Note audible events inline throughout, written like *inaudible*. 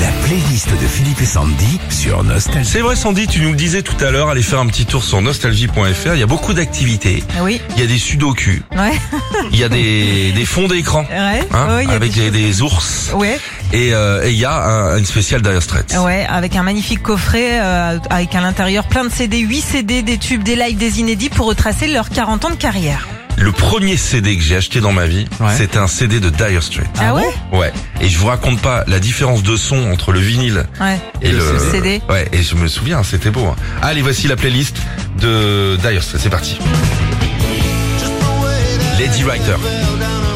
La playlist de Philippe et Sandy sur Nostalgie. C'est vrai Sandy, tu nous le disais tout à l'heure, allez faire un petit tour sur nostalgie.fr, il y a beaucoup d'activités. Ah Oui, Il y a des sudoku, ouais, il y a *laughs* des, des fonds d'écran, ouais, hein, ouais, il y a avec des, des des ours, choses- ouais, et euh, et il y a un- une spéciale Dire Straits. ouais, avec un magnifique coffret, euh, avec à l'intérieur plein de CD, 8 CD, des tubes, des lives, des inédits pour retracer leurs 40 ans de carrière. Le premier CD que j'ai acheté dans ma vie, Ouais. c'était un CD de Dire Straits. Ah, ouais, Ouais, et je vous raconte pas la différence de son entre le vinyle ouais. et, le le CD. Ouais, et je me souviens, c'était beau. hein. Allez, voici la playlist de Dire Straits, c'est parti. Lady Writer.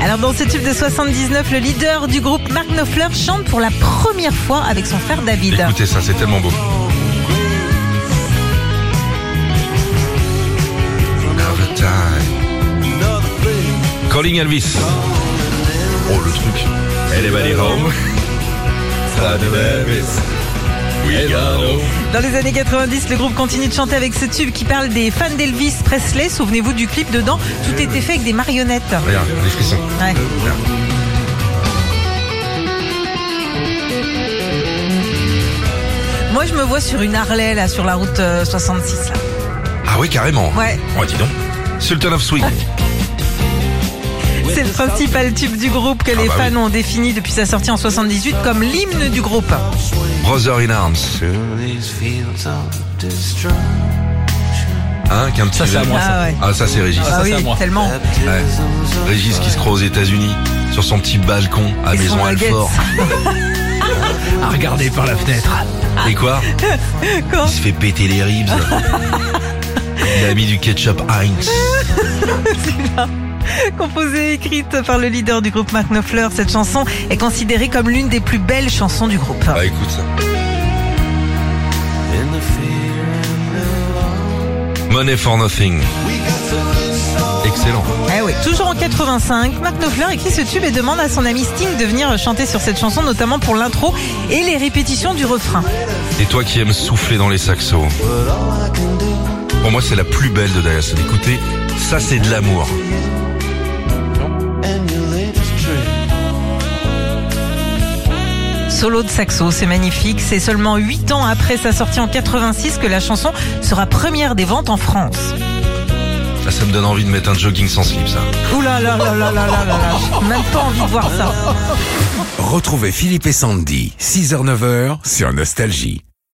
Alors dans ce tube de 79, le leader du groupe Mark Knopfler chante pour la première fois avec son frère David. Écoutez ça, c'est tellement beau. Another time. Calling Elvis. Oh le truc. Everybody home. We got home. Dans les années 90, le groupe continue de chanter avec ce tube qui parle des fans d'Elvis Presley. Souvenez-vous du clip dedans, tout était fait avec des marionnettes. Regarde, les frissons. Ouais. Moi, je me vois sur une Harley, là, sur la route euh, 66. là. Ah oui, carrément. Ouais. Ouais, dis donc. Sultan of Swing. C'est le principal tube du groupe que Ah les bah fans ont défini depuis sa sortie en 78 comme l'hymne du groupe. Brother in Arms. Through these fields of destruction, Hein, qu'un petit Ça, c'est à moi, Ah ouais. Ah, ça, c'est Régis. Ah, ça, Bah c'est à oui, moi. tellement. baptisms of Régis qui se croit aux États-Unis sur son petit balcon à Et son Maison baguette. Alfort. À regarder par la fenêtre. Et *laughs* quoi Quoi Il se fait péter les *laughs* ribs. Il a mis du ketchup Heinz. *laughs* Composée et écrite par le leader du groupe Mark Knopfler, cette chanson est considérée comme l'une des plus belles chansons du groupe. Bah écoute ça. in the fear and the love. Money for Nothing. Excellent. Eh oui. Toujours en 85, Mark Knopfler écrit ce tube et demande à son ami Sting de venir chanter sur cette chanson, notamment pour l'intro et les répétitions du refrain. Et toi qui aimes souffler dans les saxos. Pour moi, c'est la plus belle de Darius. Écoutez, ça c'est de l'amour. And your latest trick Solo de saxo, c'est magnifique. C'est seulement 8 ans après sa sortie en 86 que la chanson sera première des ventes en France. Ça, ça me donne envie de mettre un jogging sans slip, ça. Ouh là là là là là là là là. J'ai même pas envie de voir ça. Retrouvez Philippe et Sandy, 6h-9h sur Nostalgie.